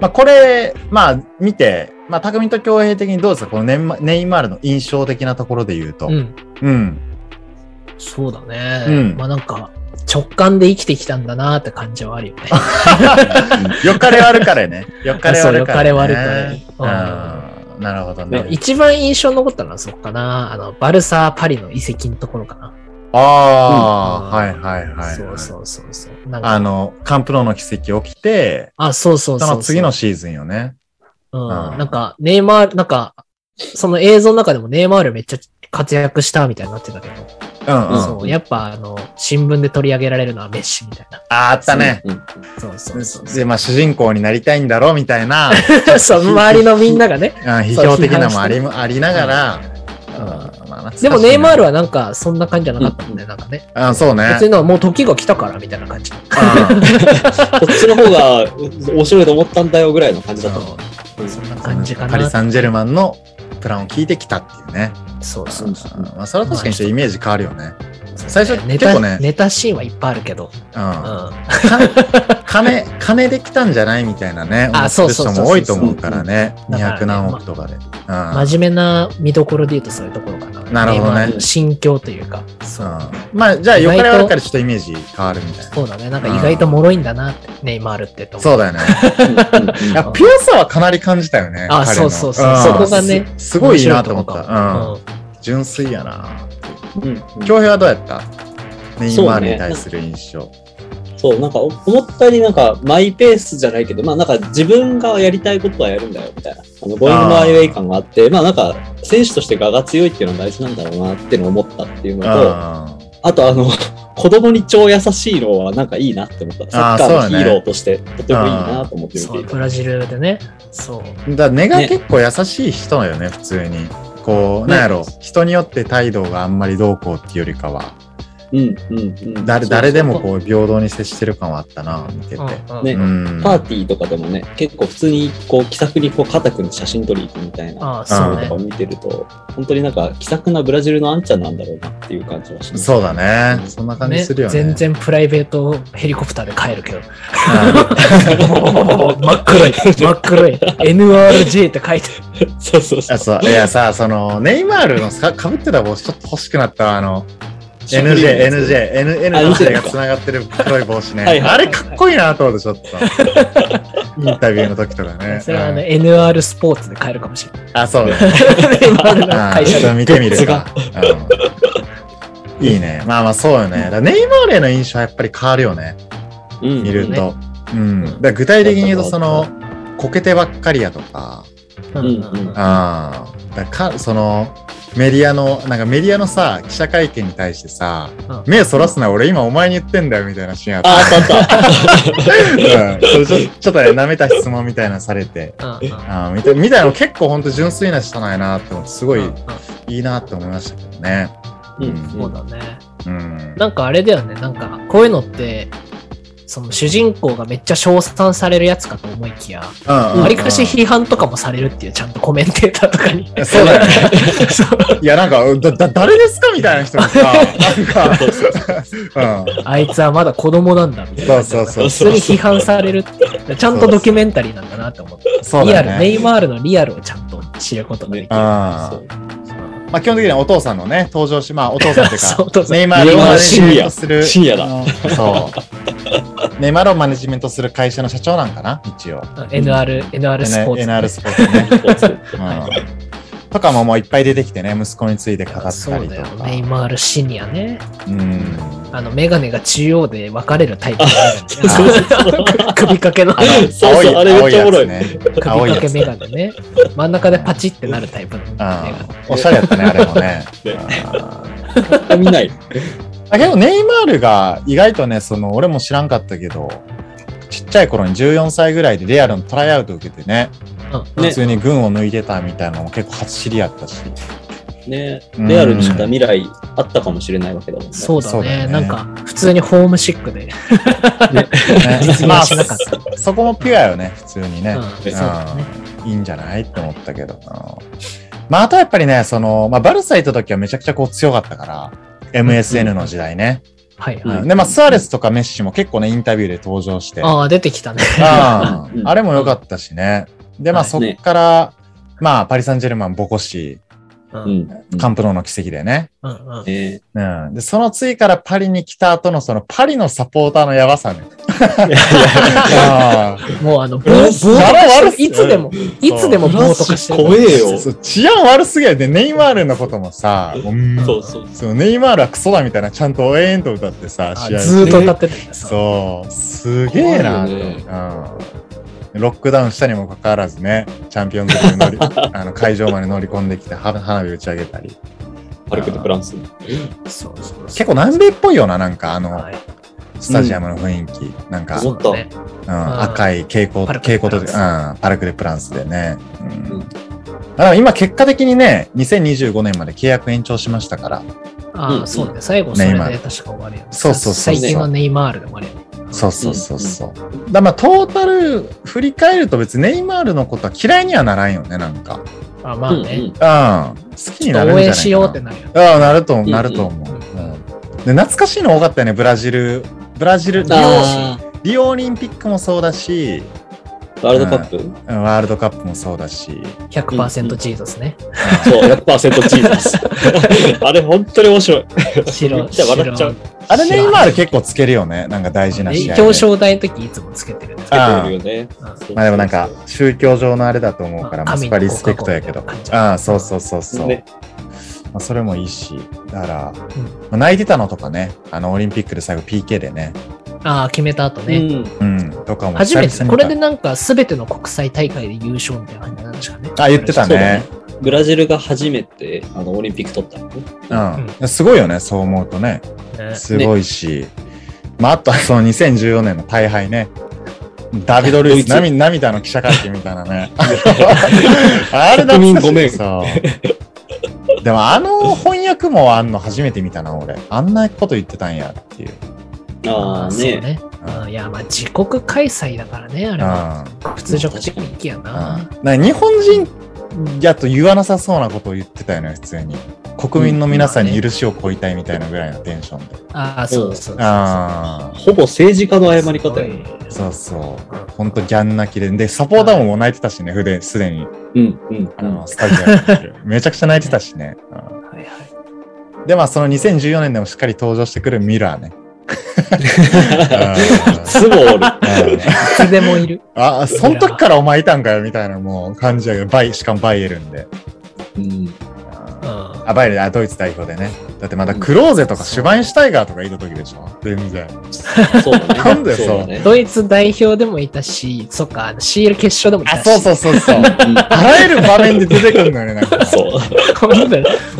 S3: まあこれ、まあ見て、まあ匠と共栄的にどうですかこのネイマネイマールの印象的なところで言うと。
S1: うん、うん
S3: うん。
S1: そうだね。
S3: うん
S1: まあなんか、直感で生きてきたんだなって感じはあるよね。
S3: よかれ悪かれね。よかれ
S1: そう
S3: 悪
S1: よ
S3: か
S1: かれ
S3: れ、ね。
S1: 悪かれ
S3: うん。なるほどね。
S1: 一番印象に残ったのはそこかな。あの、バルサー・パリの遺跡のところかな。
S3: ああ、はいはいはいはい。
S1: そうそうそうそう。なんか
S3: あの、カンプロの奇跡起きて、
S1: あ、そうそうそう
S3: そ
S1: そう。
S3: の次のシーズンよね。
S1: うん
S3: うん
S1: なんか、ネイマール、なんか、その映像の中でもネイマールめっちゃ活躍したみたいになってたけど、
S3: うんうん。
S1: そう、やっぱあの、新聞で取り上げられるのはメッシみたいな。
S3: ああったね。
S4: うん。
S1: そうそうそう。
S3: で、まあ、主人公になりたいんだろうみた いな、うん
S1: そう、周りのみんなが ね。
S3: 批評的なのもありありながら、うんまあ
S1: でもネイマール
S3: は、
S1: はなんか、そんな感じじゃなかったもんね、なんかね。
S3: あそうね。
S1: 別にのはもう時が来たからみたいな感じ。
S3: うん
S4: こっちの方が面白いと思ったんだよぐらいの感じだったの。うん
S1: そんな感じか
S3: パリ・
S1: な。
S3: サンジェルマンのプランを聞いてきたっていうね。
S1: そうそううん
S3: まあ、それは確かにちょっとイメージ変わるよね。最初
S1: ネ
S3: 結
S1: タ
S3: 構ね
S1: ネタシーンはいっぱいあるけど。
S3: う。
S1: うんん。
S3: 金、金できたんじゃないみたいなね、思
S1: あ
S3: って
S1: そう
S3: る
S1: そ
S3: 人
S1: うそうそう
S3: も多いと思うからね。
S1: だからね
S3: 200何億とかで。うん
S1: 真面目な見どころで言うとそういうところかな。
S3: なるほどね
S1: 今の心境というか、
S3: そう。まあ、じゃあ、よかれ悪かれちょっとイメージ変わるみたいな。
S1: そうだね。なんか意外と脆いんだなって、ネイマールってと思う。
S3: そうだよね。 いや、ピアさはかなり感じたよね。
S1: あ
S3: 彼
S1: そ
S3: の
S1: うそうそうんそこがね
S3: すすごいいいなと思った。
S1: 面白い
S3: うん
S1: こか
S3: 純粋やな。
S4: うんうん
S3: 恭平はどうやったネイマールに対する印象。
S4: そう、なんかお思ったよりなんかマイペースじゃないけど、まあなんか自分がやりたいことはやるんだよみたいな、あのゴーイングマイウェイ感があって、まあなんか選手として我が強いっていうのは大事なんだろうなっていうのを思ったっていう
S3: う
S4: の
S3: ん。
S4: と、
S3: あ
S4: あとあの、 子供に超優しいのはなんかいいなって思った。サ
S3: あー
S4: ッカー
S3: そう
S4: のヒ
S3: だね
S4: ーローとしてとてもいいなと思って見
S1: そ
S4: て
S1: う、
S4: い
S1: ブ
S4: た。
S1: ラジルでね。そう。
S3: だから根が結構優しい人だよね、普通に。こう、なんやろ、人によって態度があんまりどうこうっていうよりかは、
S4: うんうんうん。
S3: 誰
S4: そう
S3: 誰でもこう、平等に接してる感はあったな、見てて。
S1: うんうん
S4: ね
S3: うん
S4: パーティーとかでもね、結構普通にこう気さくにこう肩組んで写真撮りに行くみたいな
S1: ああ、そう
S4: と
S1: ね
S4: かを。見てると、本当になんか気さくなブラジルのあんちゃんなんだろうなっていう感じはします。
S3: そうだね。そんな感じするよね。
S1: 全然プライベートヘリコプターで帰るけど。
S3: うん。
S1: 真っ黒い、真っ黒い。NRG って書いてる。
S4: そうそうそ
S3: あ
S4: う。
S3: そういやさ、その、ネイマールのさかぶってた帽子ちょっと欲しくなったわあの、
S4: シャンプーの
S3: NJ、
S4: やつ
S3: NJ、N、
S4: あ
S3: NJ
S4: NJ
S3: が繋がってる黒い帽子ね。
S4: はいはい
S3: あれかっこいいなと思って、ちょっと。インタビューの時とか ね。
S1: それは
S3: うん
S1: ね、NR スポーツで買えるかもしれない。
S3: あ、そうね。
S1: NR の
S3: あ
S1: 会
S3: ちょ
S1: 社
S3: っ
S1: で。
S3: と見てみ
S4: グッ
S3: る
S4: ズ
S3: か
S4: が。
S3: うんいいね。まあまあ、そうよね。だからネイマールへの印象はやっぱり変わるよね。
S4: うん
S3: 見ると。うん。
S1: う
S3: だ
S1: ん
S3: から具体的に言うと、その、こけてばっかりやとか、
S1: うんうんうん
S4: うん
S3: ああ、だからかそのメディアの、なんかメディアのさ、記者会見に対してさ、
S1: うん
S3: 目そらすな、俺今お前に言ってんだよみたいなシーンあった。
S4: あ、あったあった。
S3: うんそれちょちょっとね、舐めた質問みたいなのされて、
S1: うんうん
S3: あーみたみたいなの結構ほんと純粋な人なんやなって思って、すごい
S1: うんうん
S3: いいなって思いましたけどね。
S4: うん
S1: そうだね。
S3: うん。
S1: なんかあれだよね、なんかこういうのって、その主人公がめっちゃ称賛されるやつかと思いきや、わ
S3: あ
S1: りかし批判とかもされるっていう、ちゃんとコメンテーターとかに。
S3: そうだよね。
S1: そう
S3: いや、なんか、だ、だ、誰ですかみたいな人がさ、 なんか、
S1: あいつはまだ子供なんだみ
S3: う
S1: た
S3: ん。
S1: いな。
S3: そう
S1: 普
S3: そうそう。
S1: 通に批判されるって。ちゃんとドキュメンタリーなんだなって思って。
S3: そう
S1: リア
S3: だ
S1: ル、
S3: よ
S1: ネ
S3: ね。
S1: イマールのリアルをちゃんと知ることができる。
S3: ああ
S4: そ。う
S3: まあ、基本的にはお父さんのね、登場し、まあ、お父さんという
S1: そうお
S3: か
S1: 父、さん
S3: ネイマールをマネジメントする。
S4: 深夜だ
S3: あのそう。ネイマールをマネジメントする会社の社長なんかな、一応。
S1: NR、NR スポーツ。
S3: NR スポーツね。
S1: は
S3: うんとかももういっぱい出てきてね、息子について語った
S1: そ
S3: り
S1: うだ
S3: と
S1: よ、
S3: か。
S1: ネイマールシニアね。
S3: うん。
S1: あの、メガネが中央で分かれる タイプのメ
S3: あそう
S1: ガネ。首掛けの。
S3: あの
S4: そうそう
S3: 青
S4: あれめっちゃおもろ
S3: 青
S4: い
S3: やつね青
S1: 首
S3: いや
S1: 掛け
S3: つ
S1: メガネね。真ん中でパチってなるタイプのメガネ。
S3: うんおしゃれやったね、あれもね。うん
S4: うん見ない。
S3: だけど、ネイマールが意外とね、その、俺も知らんかったけど、ちっちゃい頃に14歳ぐらいでレアルのトライアウト受けてね、
S1: うん
S4: ね
S3: 普通に軍を抜いてたみたいなのも結構初知り やったし。
S4: ね
S3: うん
S4: レアルにした未来あったかもしれないわけだもんね。
S1: そうだ
S3: そうだよ
S1: ね。
S3: ね
S1: なんか、普通にホームシックで。
S3: ね
S1: 実現
S3: まあ
S1: しなかった。
S3: そ こもピュアよね、普通にね
S1: うん。そうだね。
S3: うんいいんじゃないって思ったけど。うんまあ、あとはやっぱりね、その、まあ、バルサ行った時はめちゃくちゃこう強かったから、MSN の時代ね。
S1: はいは
S4: う
S1: い。
S4: ん
S3: うんで、まあ、スアレスとかメッシも結構ね、インタビューで登場して。
S1: ああ、出てきたね。
S3: あ
S4: うん
S3: あれも良かったしね。で、まあ、
S1: はい
S3: そっから、まあ、パリ・サンジェルマンボコし、
S1: う
S4: うんん。
S3: カンプノーの奇跡でね。
S1: うんうん。
S4: ね
S3: うん。で、その次からパリに来た後のそのパリのサポーターのやばさね。ああ
S1: もうあの、ぼ
S4: う
S1: 暴
S4: わ
S1: 徒化してるいつでも、いつでも
S4: フ
S1: 暴
S4: ラン
S1: 徒化
S4: ス
S1: してる。
S4: 怖えよ。
S3: そう治安悪すぎやで、ネイマールのこともさ、もう
S4: そうそう。
S3: そのネイマールはクソだみたいな、ちゃんと応援と歌ってさ、
S1: あ
S3: 試合で
S1: ずーっと歌ってた。う。
S3: そう、すげえな、
S4: 怖いよね
S3: うん。ロックダウンしたにもかかわらずね、チャンピオンズリーグ乗りあの会場まで乗り込んできて、は花火打ち上げたり。
S4: パルク・ド・フランス。
S1: そうそうそう
S3: 結構南米っぽいよな、なんかあの、
S1: はい
S3: スタジアムの雰囲気。なんか、
S4: そ
S3: うん、
S4: うだね
S1: ね
S3: 赤い蛍光、
S1: パルク
S3: 蛍
S1: でプラ
S3: 光と
S1: ンス
S3: で、うん、パルクでプランスでね。う
S4: う
S3: ん。
S4: ん
S3: だから今結果的にね、2025年まで契約延長しましたから、
S1: あ
S4: う
S1: あ、
S4: ん
S1: そうね。最後それ
S3: ネ
S1: で
S3: イマール
S1: 確か終わるよね。
S3: そうそうそう
S1: 最近はネイマールで終わるよね。
S3: そうそうそうそう。だからまあトータル振り返ると別にネイマールのことは嫌いにはならんよね、なんか。うん。
S1: あまあね。
S3: 好きになるんじゃないかな
S1: 応援しようってなるよね。
S3: ああ、なると思
S4: ん
S3: う、
S4: うん
S3: なると思う。うんで、懐かしいの多かったよね、ブラジル。ブラジル、リオ
S4: あ
S3: リオオリンピックもそうだし、
S4: ワールドカップ、
S3: ワールドカップもそうだし、
S1: 100%ジーザスね。
S4: そう、100%チーズ です。あれ、本当に面白い。め
S1: 白
S4: っちゃ笑っちゃう
S3: あれね、今あ
S1: あ
S3: れ結構つけるよね。なんか大事な試合で。
S1: 表彰台の時いつもつけてるんですけ
S3: ああ
S4: 出てくるよね。
S3: まあでもなんか、宗教上のあれだと思うから、
S1: ま
S3: ま
S1: あ
S3: あ、スパリスペクトやけど
S1: 神の国。家公
S3: ああ、そうそうそうそう。
S4: ね
S3: まあ、それもいいし、だから、
S1: うん
S3: まあ泣いてたのとかね、あの、オリンピックで最後 PK でね、
S1: ど。ああ、決めた後
S4: う
S1: ね。
S4: ん。
S3: うん、とかも
S1: 初めて、これで
S3: ね、
S1: なんか全ての国際大会で優勝みたいな感じなんですかね。
S3: あ、言ってた
S4: そうだ
S3: ね
S4: ね。ブラジルが初めてあのオリンピック取ったのね。
S3: うん。すごいよね、そう思うとね。
S1: ね
S3: すごいし、まあ、あとはその2014年の大敗ね。ダビド・ルイス、
S4: ドイツ
S3: 涙涙の記者会見みたいなね。あれだ
S4: 国民ごめん
S3: そうでもあの翻訳もあんの初めて見たな、俺。あんなこと言ってたんやっていう。
S4: ああ
S1: そう
S4: ね。
S1: ね。うんいや、まあ自国開催だからね、あ
S3: うん。
S1: れは。
S3: な
S1: 屈辱的やな。
S3: 日本人やと言わなさそうなことを言ってたよね、普通に。国民の皆さんに許しを乞いたいみたいなぐらいのテンションで。
S1: ああ、そうそうそうそう。
S3: ああ。
S4: ほぼ政治家の謝り方やね。
S1: す
S3: そうそう。ほんとギャン泣きで。で、サポーターももう泣いてたしね、ふですでに。
S4: うんうん
S3: あの、スタジアム。 めちゃくちゃ泣いてたしね。
S1: ごいはいはい
S3: うんで、まあ、その2014年でもしっかり登場してくるミラーね。
S4: いつもお
S3: うん
S4: る。
S3: うん
S1: いつでもいる。
S3: あ、その時からお前いたんかよ、みたいなもう感じやけど、バイ、しかもバイエルンで。
S4: うん
S1: うん。
S3: あ、バイエルン、あ、ドイツ代表でね。だってまだクローゼとかシュバインシュタイガーとかいた時でしょ全然。
S4: そうだね。
S3: なんだよ
S4: そうだね。
S1: ドイツ代表でもいたし、そっか、あの CL 決勝でもい
S3: あ、
S1: たし。
S3: そうそうそうそう。あらゆる場面で出てくるのよね、なんか。
S4: そう。
S1: 本当に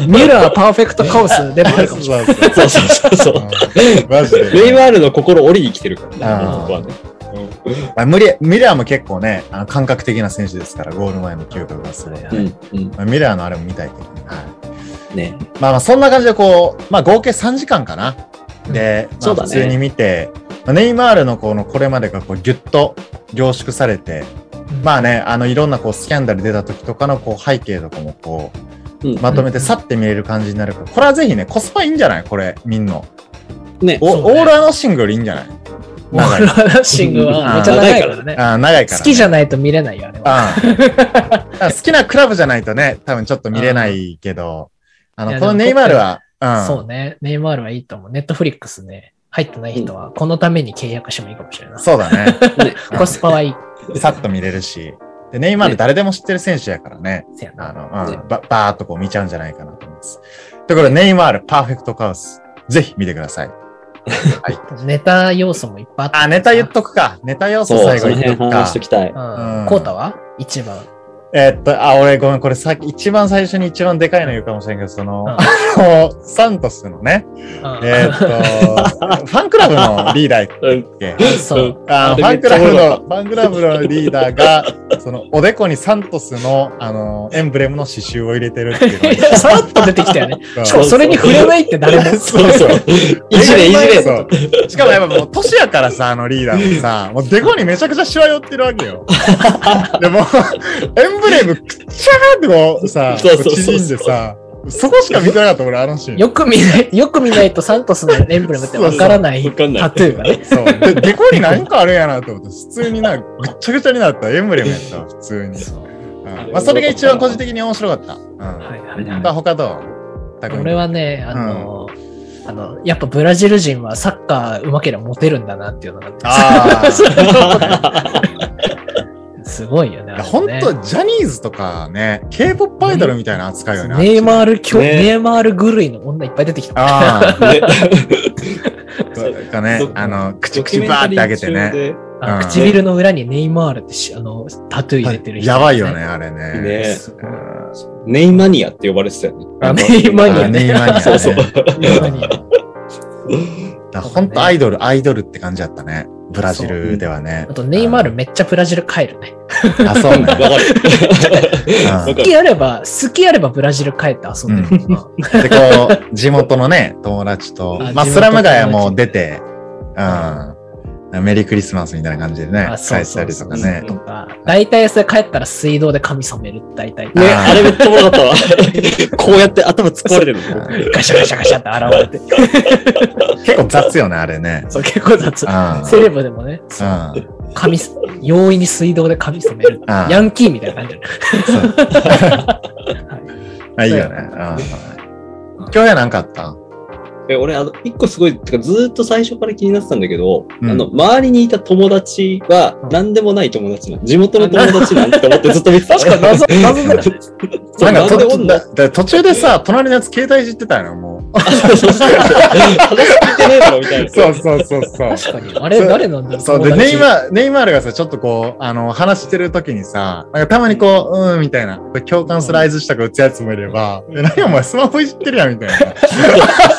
S1: ミラーパーフェクトカオス出てく
S3: そう
S1: るか
S3: そ
S1: も
S3: う
S1: しれ
S3: そ
S1: な
S3: う
S1: い。
S4: そうそうそうそう。
S3: うんマジで。
S4: ネイマールの心折りに来てるからね
S3: あー。
S4: 僕はね
S3: まあ、ミレミレアも結構ね、あの感覚的な選手ですから、ゴール前の嗅覚がすごい。
S1: は
S4: う
S1: い
S4: んうん
S3: まあ、ミレアのあれも見たいけどね。はい
S4: ね。
S3: まあまあ、そんな感じでこう、まあ合計3時間かな。で、ま
S4: そ
S3: あ、
S4: うだ
S3: 普
S4: ね
S3: 通に見て、まあネイマールのこのこれまでがこうギュッと凝縮されて、 まあね、あのいろんなこうスキャンダル出た時とかのこう背景とかもこ
S4: うん
S3: う、まとめて去って見れる感じになるから、これはぜひね、コスパいいんじゃないこれ、みんな。
S4: ね
S3: お
S1: そう
S3: オ
S1: ね
S3: ールアのシングルいいんじゃない
S1: モール
S3: 長い。
S1: ラッシングはめっちゃ長いからね。
S3: あー長いから、ね。
S1: 好きじゃないと見れないよ、あれは。
S3: うん。だから好きなクラブじゃないとね、多分ちょっと見れないけど、あ
S1: い
S3: の、
S1: や
S3: このネイマールは、うん。
S1: そうね。ネイマールはいいと思う。ネットフリックスね。入ってない人は、このために契約してもいいかもしれない。
S3: そうだね。
S4: ね
S3: うん
S1: コスパはいい。
S3: さっと見れるし。で、ネイマール誰でも知ってる選手やからね。
S1: せやな
S3: あの、
S4: ね
S3: うん。ば、ばーっとこう見ちゃうんじゃないかなと思います。ということで、ネイマールパーフェクトカウス。ぜひ見てください。はい。
S1: ネタ要素もいっぱいあった。
S3: あ、ネタ言っとくか。ネタ要素
S4: そう、
S3: 最
S4: そ
S3: 後
S4: の
S3: 言っ
S4: 辺
S3: とく
S4: 話
S3: か
S4: しと。きたい。
S1: う
S3: うん
S1: ん。コータは一番。
S3: えっと、あ、俺ごめん、これさっき一番最初に一番でかいの言うかもしれんけど、その、
S1: うん
S3: あのサントスのね、 えーっと、ファンクラブのリーダーやっけ
S1: うん そう。
S3: あ
S4: あ
S3: フ
S4: れ
S3: ァンクラブ
S4: めっちゃおも
S3: の、ファンクラブのリーダーが、 その、おでこにサントスの、あの、エンブレムの刺繍を入れてるっていうのがいい
S1: さらっと出てきたよね。
S3: うん
S1: しかもそれに触れないって誰も。
S4: そう そう。いじれいじれと。
S3: そうしかもやっぱもう、年やからさ、あのリーダーもさ、もうデコにめちゃくちゃシワ寄ってるわけ よ。でも、エンブレムくっちゃーってこう、さ、
S4: そうそうそうそう
S3: 縮んでさ、そこしか見てなかった俺、あのシーン。
S1: よく見ない、 よく見ないとサントスのエンブレムってわからない
S4: そうそうわかんな
S1: タ
S4: い
S1: トゥーがね。
S3: そう。で、デコに何かあるんやなと思って、普通にな、ぐっちゃぐちゃになった。エンブレムやったわ、普通に。うんまあ、それが一番個人的に面白かった。うん。
S1: はいはい
S3: 他他どう匠
S1: 俺はね、あの、あの、やっぱブラジル人はサッカーうまければモテるんだなっていうのが、
S3: ああ。
S1: すごいよね。あれね
S3: 本当ジャニーズとかね、K-POP アイドルみたいな扱いよね。
S1: ネイマール教、
S4: ね
S1: ネイマール狂いの女いっぱい出てきた。
S3: あ
S4: ね
S3: あ。とかね
S4: ド、
S3: あの、口口バーって開けてね。。
S1: あ
S3: うん
S1: 唇の裏にネイマールってしあのタトゥー入れてる人、
S3: やばいよね、。あれね。
S4: ね
S3: うん
S4: ネイマニアって呼ばれてたよね。
S1: あネイマニ
S3: あ
S1: ア
S3: ネイマニアね。
S4: そうそう。
S1: ネイマニア
S3: だから本当アイドル、アイドルって感じだったね。ブラジルではね
S1: あ。とネイマールめっちゃブラジル帰るね。
S3: あ、そう ね
S4: わ。
S3: うん
S4: かる。わか
S1: 好
S4: る。
S1: きあれば、好きあればブラジル帰って遊んでる。
S3: で、こう、地元のね、友達と
S1: あ、
S3: まあ、
S1: 地元の友達
S3: スラム街も出て、うん。メリークリスマスみたいな感じでね
S1: あ、そ
S3: 帰
S1: う
S3: った
S1: そう
S3: り
S1: そ
S3: と
S1: う
S3: かね。
S1: とか、大体それ帰ったら水道で髪染める。大体。
S4: ね、
S3: あー
S4: あれめっちゃおもろかったわ。こうやって頭突っ込まれるの。
S1: ガシャガシャガシャって現れ て。
S3: 結構雑よね、あれね。
S1: そう結構雑
S3: う。ん。
S1: セレブでもね。
S3: うん
S1: 髪す、容易に水道で髪染める。
S3: ああ
S1: ヤンキーみたいな感じだね。
S3: あ、いいよね。あ今日は何かあった
S4: え俺、あの、一個すごい、てかずーっと最初から気になってたんだけど、
S3: うん
S4: あの、周りにいた友達は
S1: うん、
S4: 何でもない友達なの。地元の友達なんて思ってずっと見てた。
S1: 確かに謎謎だよね
S4: そう
S3: なんか
S4: なんで
S3: と
S4: 女
S3: だだ途中でさ、隣のやつ携帯いじってたよ、もう。
S4: そうそうそう話聞いてねえだろみたいな。
S3: そうそうそうそ
S1: 確
S3: う。
S1: かに。あれ、
S3: そう
S1: 誰なんだろう
S3: そうで
S1: 友達
S3: ネイマール、ネイマールがさ、ちょっとこう、あの、話してる時にさ、なんかたまにこう、うーん、みたいな、共感する合図したく打つやつもいれば、え、何お前スマホいじってるやん、み たいな。
S1: あれ確かに
S4: 飽きてる、飽き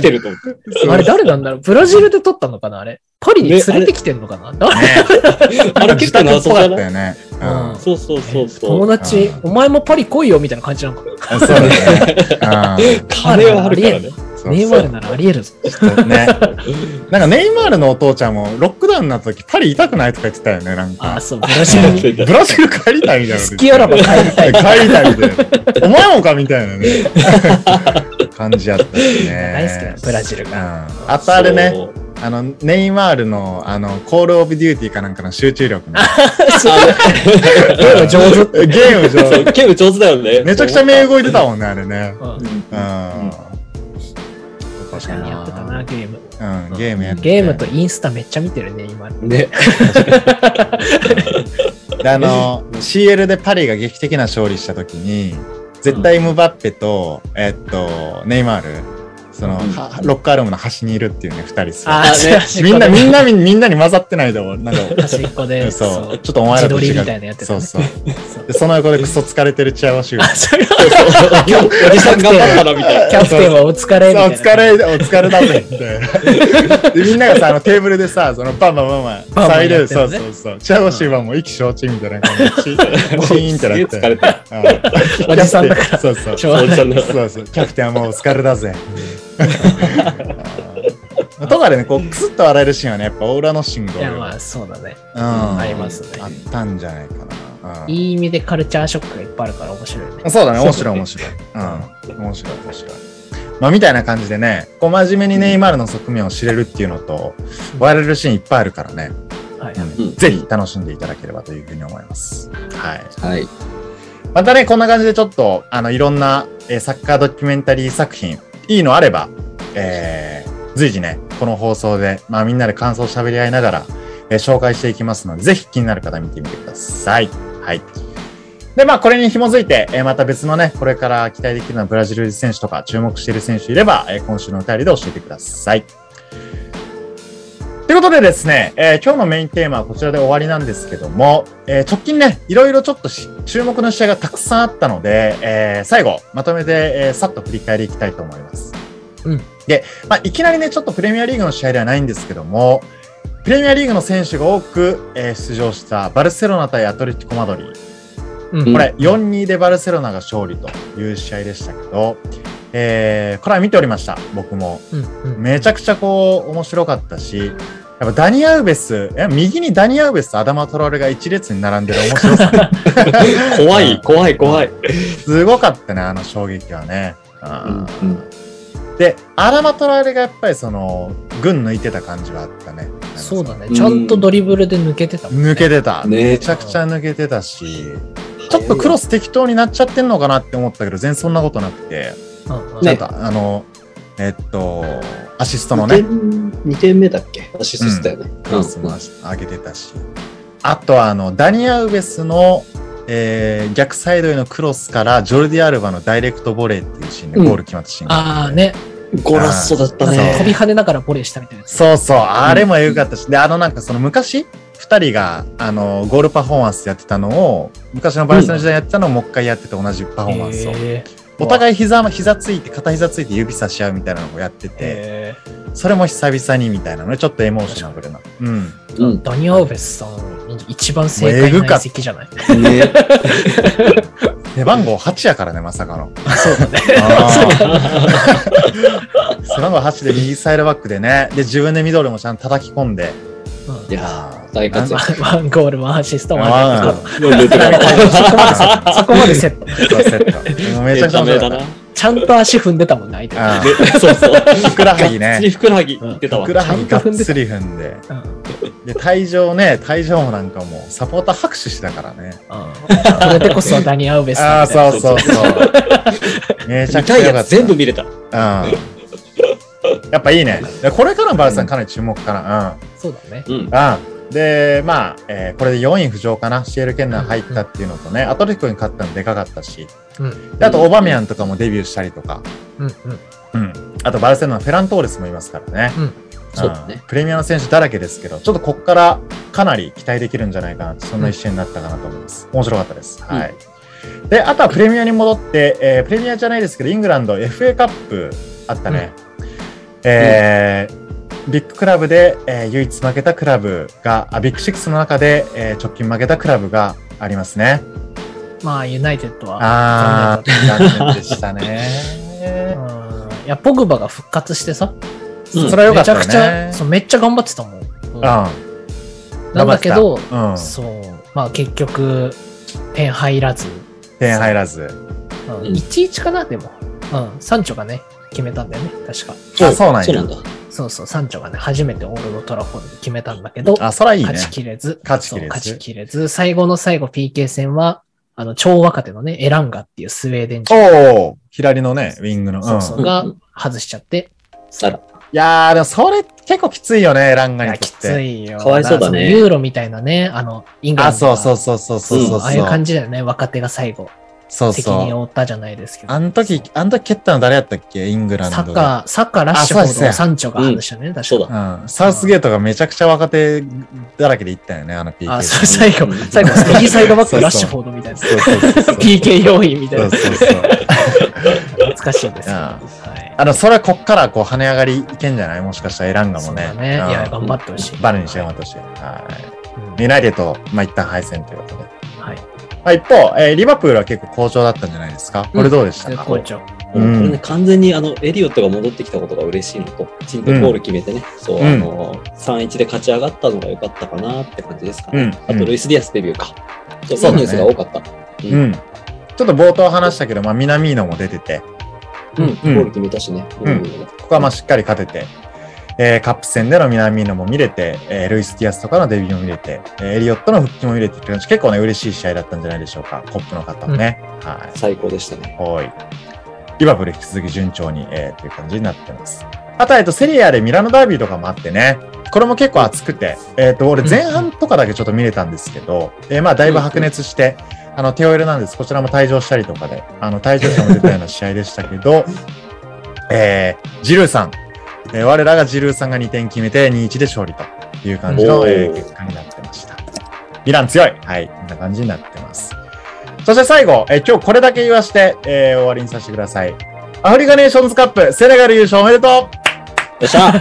S4: てると思って。
S1: あれ誰なんだろうブラジルで撮ったのかなあれ。パリに連れてきてんのかな、だ
S4: あれ結構謎じ
S3: だ
S4: ゃない
S3: よね。うん
S1: うん
S4: そうそうそうそ
S1: 友
S4: う。
S1: 達
S3: あ、
S1: お前もパリ来いよみたいな感じなのかな
S3: あそうだね。
S4: カレーはあるからね。
S3: うんそう
S1: ネイマールならあり得るぞ。
S3: そうね。 なんかネイマールのお父ちゃんもロックダウンになった時パリ痛くないとか言ってたよね、なん
S1: あ
S3: か
S1: あ、。そう、ブラジ ル に。
S3: ブラジル帰りたいみたいなこと言ってたよね。
S1: 好きあらば帰りたい。
S3: 帰りたいみたいな。お前もかみたいなね。 感じやったしね。
S1: 大好きなブラジルが。
S3: が。あとあれね、
S4: そう。
S3: あの、ネイマールの、あの、コールオブデューティーかなんかの集中力ね。 ゲーム上手。ゲーム
S4: そ
S3: 上
S4: う
S3: 手。
S4: 結構上手だよね。
S3: めちゃくちゃ目動いてたもんね、あれね。
S1: うん
S3: うん。
S1: 確かにやってたな、ゲーム。
S3: うん、ゲームやってて
S1: ゲームとインスタめっちゃ見てるね、今。
S4: ね。
S3: であの CL でパリが劇的な勝利した時に絶対ムバッペと、えっとネイマールその、
S4: うん
S3: はロッカールームの端にいるっていうね2人す
S1: ああ、
S4: あね
S1: そう
S3: みんなみんなみみんなに混ざってないで もなんか
S1: 端っこで。
S3: そ
S1: そうう。
S3: ちょっとお前らと違う
S1: 自撮りみたいなやつ
S3: そ
S1: だ
S3: う
S1: ね
S3: そうでその横でクソ疲れてるチアワシュー
S1: あ、それは
S4: おじさん頑張ったなみたい
S1: キ
S4: な。
S1: ャプテンはお疲れみ
S3: そう
S1: た
S3: お
S1: いな。
S3: 疲れお疲れだぜみたい なでみんながさあのテーブルでさそのバンバンバンバン
S1: バンバン
S3: 騒いで
S1: や
S3: る
S1: って
S3: そう
S1: るね
S3: そうそうチアワシューはもう意気消沈みたいな感じでチーンチーンってなって
S4: すげえ疲れた。
S3: うん
S1: おじさんだから
S3: そうそう
S1: しょうが
S4: おじ
S1: ない
S4: さんだ
S3: そうそう、キャプテンはもうお疲れだぜ。あーとかでね、こう、クスッと笑えるシーンはね、やっぱオーラの信号
S1: いや、
S3: が、
S1: まあ、そうだね。
S3: うん、
S1: ありますね
S3: あったんじゃないかな。うん
S1: いい意味でカルチャーショックがいっぱいあるから面白いね。
S3: そうだね、面白い面白い。うん、面白い面白い。まあ、みたいな感じでね、こう真面目にネイマールの側面を知れるっていうのと、笑えるシーンいっぱいあるからね、
S1: はい。
S4: うん
S3: ぜひ楽しんでいただければというふうに思います。はい。
S4: はい。
S3: またね、こんな感じでちょっと、あの、いろんな、えーサッカードキュメンタリー作品、いいのあれば、えー随時ね、この放送で、まあみんなで感想を喋り合いながら、えー紹介していきますので、ぜひ気になる方見てみてください。はい。で、まあこれに紐づいて、えーまた別のね、これから期待できるようなブラジル選手とか注目している選手いれば、えー今週のお便りで教えてください。ということでですね、えー今日のメインテーマはこちらで終わりなんですけども、えー直近ね、いろいろちょっとし注目の試合がたくさんあったので、えー最後、まとめて、えーさっと振り返りいきたいと思います。
S1: うん
S3: で、まあ、いきなりね、ちょっとプレミアリーグの試合ではないんですけども、プレミアリーグの選手が多く、えー出場したバルセロナ対アトレティコマドリー。
S1: うん
S3: これ、4-2でバルセロナが勝利という試合でしたけど、えーこれは見ておりました、僕も。
S1: うん
S3: めちゃくちゃこう面白かったし、やっぱダニ・アウベス、え右にダニ・アウベスとアダマ・トラオレが一列に並んでる面白さ、
S4: 怖い、怖い、怖い。
S3: すごかったね、あの衝撃はね。あー
S4: うん
S3: で、アダマ・トラオレがやっぱりその、軍抜いてた感じはあったね。
S1: そうだね。
S4: うん
S1: ちゃんとドリブルで抜けてたもんね。
S3: 抜けてた。
S4: ね
S3: めちゃくちゃ抜けてたし、ちょっとクロス適当になっちゃってんのかなって思ったけど、全然そんなことなくて、
S1: うんうん
S3: ちゃん
S4: ね
S3: とあの、えっと、アシストの
S4: 2
S3: ね、
S4: 点、二点目だっけアシストしたよね。
S3: クロスも上げてたし、あとはあのダニ・アウベスの、えー逆サイドへのクロスからジョルディ・アルバのダイレクトボレーっていうシーンで
S4: うん
S3: ゴール決まったシーンが
S1: あ
S3: っ
S1: あ
S3: て
S1: ね。
S4: ゴラッソだった
S1: なんか飛び
S4: ね。
S1: 跳ねながらボレーしたみたいな。
S3: そうそうあれもエグかったし、であのなんかその昔2人があのゴールパフォーマンスやってたのを昔のバルセロナ時代やってたのをもう一回やってて同じパフォーマンスを、
S1: へ
S3: お互い膝膝ついて片膝ついて指差し合うみたいなのをやってて、
S1: え。
S3: それも久々にみたいなのでちょっとエモーショナブルな、うん、
S4: うん。
S1: ダニアウベスさん、一番正解な遺跡じゃない
S4: ね。
S3: 背番号8やからねまさかの
S1: そうだ ね。
S3: 背番号8で右サイドバックでね、で、自分でミドルもちゃんと叩き込んで、
S1: うん
S4: いやー、大活躍。
S1: ワンゴール、ワンアシスト、ワン
S3: あ
S1: アシ
S3: ー
S1: スト。そこまでセット。
S3: そうセットめちゃくちゃ面白かった
S1: ちちゃんと足踏んでたもんね、相手が。
S3: あ
S4: でそうそう。
S3: ーふくらはぎ
S4: が
S3: ね
S4: っつり。ふくらはぎ言ってたわ。
S3: ふくらはぎがっ
S1: ちゃんと踏んでた
S3: つり踏んで。
S1: うん
S3: で、退場ね、退場もなんかもう、サポーター拍手してたからね。
S1: それでこそダニ・アウベス
S3: ああ、
S1: みたいな
S3: そうそうそう。めちゃ
S4: 見
S3: くち
S4: た
S3: ゃ
S4: い
S3: 良か
S4: や
S3: っ
S4: つ
S3: た。
S4: 全部見れた。
S3: うん。やっぱいいね。でこれからのバルさんかなり注目かな。
S1: そうだね。
S4: うん。
S3: うん。うん。で、まあ、えーこれで4位浮上かな。シエル・ケンナー入ったっていうのとね、アトレティコに勝ったのでかかったし、
S1: うん。
S3: であとオバメヤンとかもデビューしたりとか、
S1: うん。
S3: うん。あとバルセロナ、フェラントーレスもいますからね。
S1: うん
S4: そうだね
S3: んプレミアの選手だらけですけど、ちょっとここからかなり期待できるんじゃないかな、そんな一試合になったかなと思います。面白かったです。はい。で、あとはプレミアに戻って、えープレミアじゃないですけど、イングランド FA カップあったね。えービッグクラブで、えー唯一負けたクラブが、あビッグシックスの中で、えー直近負けたクラブがありますね。
S1: まあ、ユナイテッドは。
S3: ああ、残念でしたね。
S1: うんいや、ポグバが復活してさ、
S4: うん
S3: それは良か
S1: め
S3: っ
S1: ちゃ
S3: たね。
S1: くちゃ、そうめっちゃ頑張ってたもん。うん
S3: う
S1: なんだけど、
S3: ん。うん。
S1: そう、まあ結局、点入らず、
S3: 点入らず。
S1: うん
S4: うん
S1: 1-1かな、でも。うん、サンチョがね、決めたんだよね、確か。
S3: あ、そうなん
S4: そうな
S3: や
S4: ん。だ。
S1: そうそう、サンチョがね、初めてオールドトラフォードで決めたんだけど、
S3: あ、そらいいね。
S1: 勝ちきれず、
S3: 勝ちきれず
S1: そう勝ちきれず、最後の最後 PK 戦は、あの、超若手のね、エランガっていうスウェーデン人、
S3: おお左のね、ウィングの。
S1: そう
S3: う
S1: そ
S3: ん。
S1: うが外しちゃって、
S4: さら。
S3: いやー、でもそれ結構きついよね、ランガ
S1: い
S3: に
S1: や、
S3: と
S1: き
S3: っ
S1: つ
S3: て。
S1: いよ。
S4: かわいそうだ
S1: か
S4: ね
S1: らのユーロみたいなね、あの、イングラン
S3: あ、
S1: ドが。
S3: そうそうそうそうそう
S1: そうあ
S3: そう。
S1: あいう感じだよね、若手が最後、
S3: そう
S1: 責
S3: そ
S1: 任
S3: う。
S1: を負ったじゃないですけど。
S3: あの時、あの時蹴ったの誰やったっけイングランド
S1: サッ
S3: で。
S1: カー、サッカーラッシュフォー
S3: あそうで
S1: ド、
S3: すね
S1: サンチョが話したね、確か
S4: そうだ。
S3: うん。サウスゲートがめちゃくちゃ若手だらけで行ったよね、あの PK。
S1: あ、そう、最後、最後、 右サイドバックラッシュフォードみたい な。
S3: そうそうそうそう。
S1: PK 要因みたい
S3: そ
S1: な
S3: う。そうそう。
S1: 懐かしいですけど。
S3: うん
S1: はい。
S3: あの、それはこっからこう跳ね上がりいけんじゃないもしかしたらエランガも
S1: そう
S3: ね。
S1: だね。い
S3: うん
S1: や、頑張ってほしい。
S3: バルにして頑張ってほしい。はい。
S1: うん
S3: ユナイテッド、まあ、一旦敗戦ということで。
S1: はい。
S3: まあ、一方、えーリバプールは結構好調だったんじゃないですか。これどうでした
S1: 絶
S3: か、
S1: 好調。
S4: う
S3: うん
S4: ん、これね、完全にあの、エリオットが戻ってきたことが嬉しいのと、チンとゴール決めてね、そう、
S3: うん
S4: あの、3-1で勝ち上がったのが良かったかなって感じですか
S3: う
S4: ね。
S3: ん。
S4: あと、ルイス・ディアスデビューか。そう、
S3: そうだね
S4: ニュースが多かった。
S3: うん。うん。ちょっと冒頭話したけど、まあ、南野も出てて、
S4: うん、ゴ
S3: うん
S4: ール決めたしね。
S3: うんここはまあ、しっかり勝てて、えーカップ戦での南野も見れて、えールイス・ディアスとかのデビューも見れて、えーエリオットの復帰も見れてって感じ、結構ね、嬉しい試合だったんじゃないでしょうか。コップの方もね。はい。
S4: 最高でしたね。
S3: はい。リバプール引き続き順調に、えー、という感じになってます。あと、えっと、セリアでミラノダービーとかもあってね、これも結構熱くて、えっ、と、俺前半とかだけちょっと見れたんですけど、えーまあ、だいぶ白熱して、あの、テオエルなんです。こちらも退場したりとかで、あの、退場者も出たような試合でしたけど、 えージルーさん、えー我らがジルーさんが2点決めて2-1で勝利という感じ
S4: お
S3: の、
S4: ー
S3: えー結果になってました。イラン強いはい、こんな感じになってます。そして最後、えー今日これだけ言わして、えー終わりにさせてください。アフリカネーションズカップ、セネガル優勝おめでとう
S4: よっ しゃ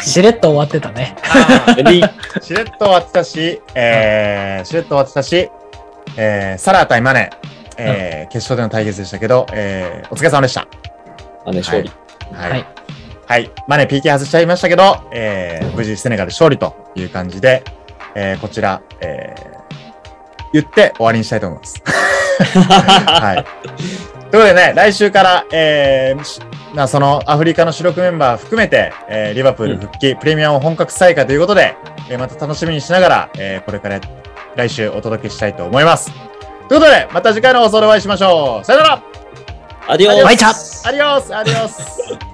S1: しれっと終わってたね。
S3: あ
S4: エリー
S3: ーしれっと終わってたし、えーしれっと終わってたし、えーサラー対マネ、えー決勝での対決でしたけど、えーお疲れ様でした。
S4: あね、勝利。
S3: は
S1: はい。
S3: はい。マネ PK 外しちゃいましたけど、えー無事セネガル勝利という感じで、えーこちら、えー言って終わりにしたいと思います。はい。ということでね、来週から、えーしなそのアフリカの主力メンバー含めて、えーリバプール復帰、プレミアム本格再開ということで、えーまた楽しみにしながら、えーこれから来週お届けしたいと思います。ということで、また次回の放送でお会いしましょう。さよなら
S4: アディオ
S1: バイチ
S4: ス
S1: ャ
S3: アディオスアディオス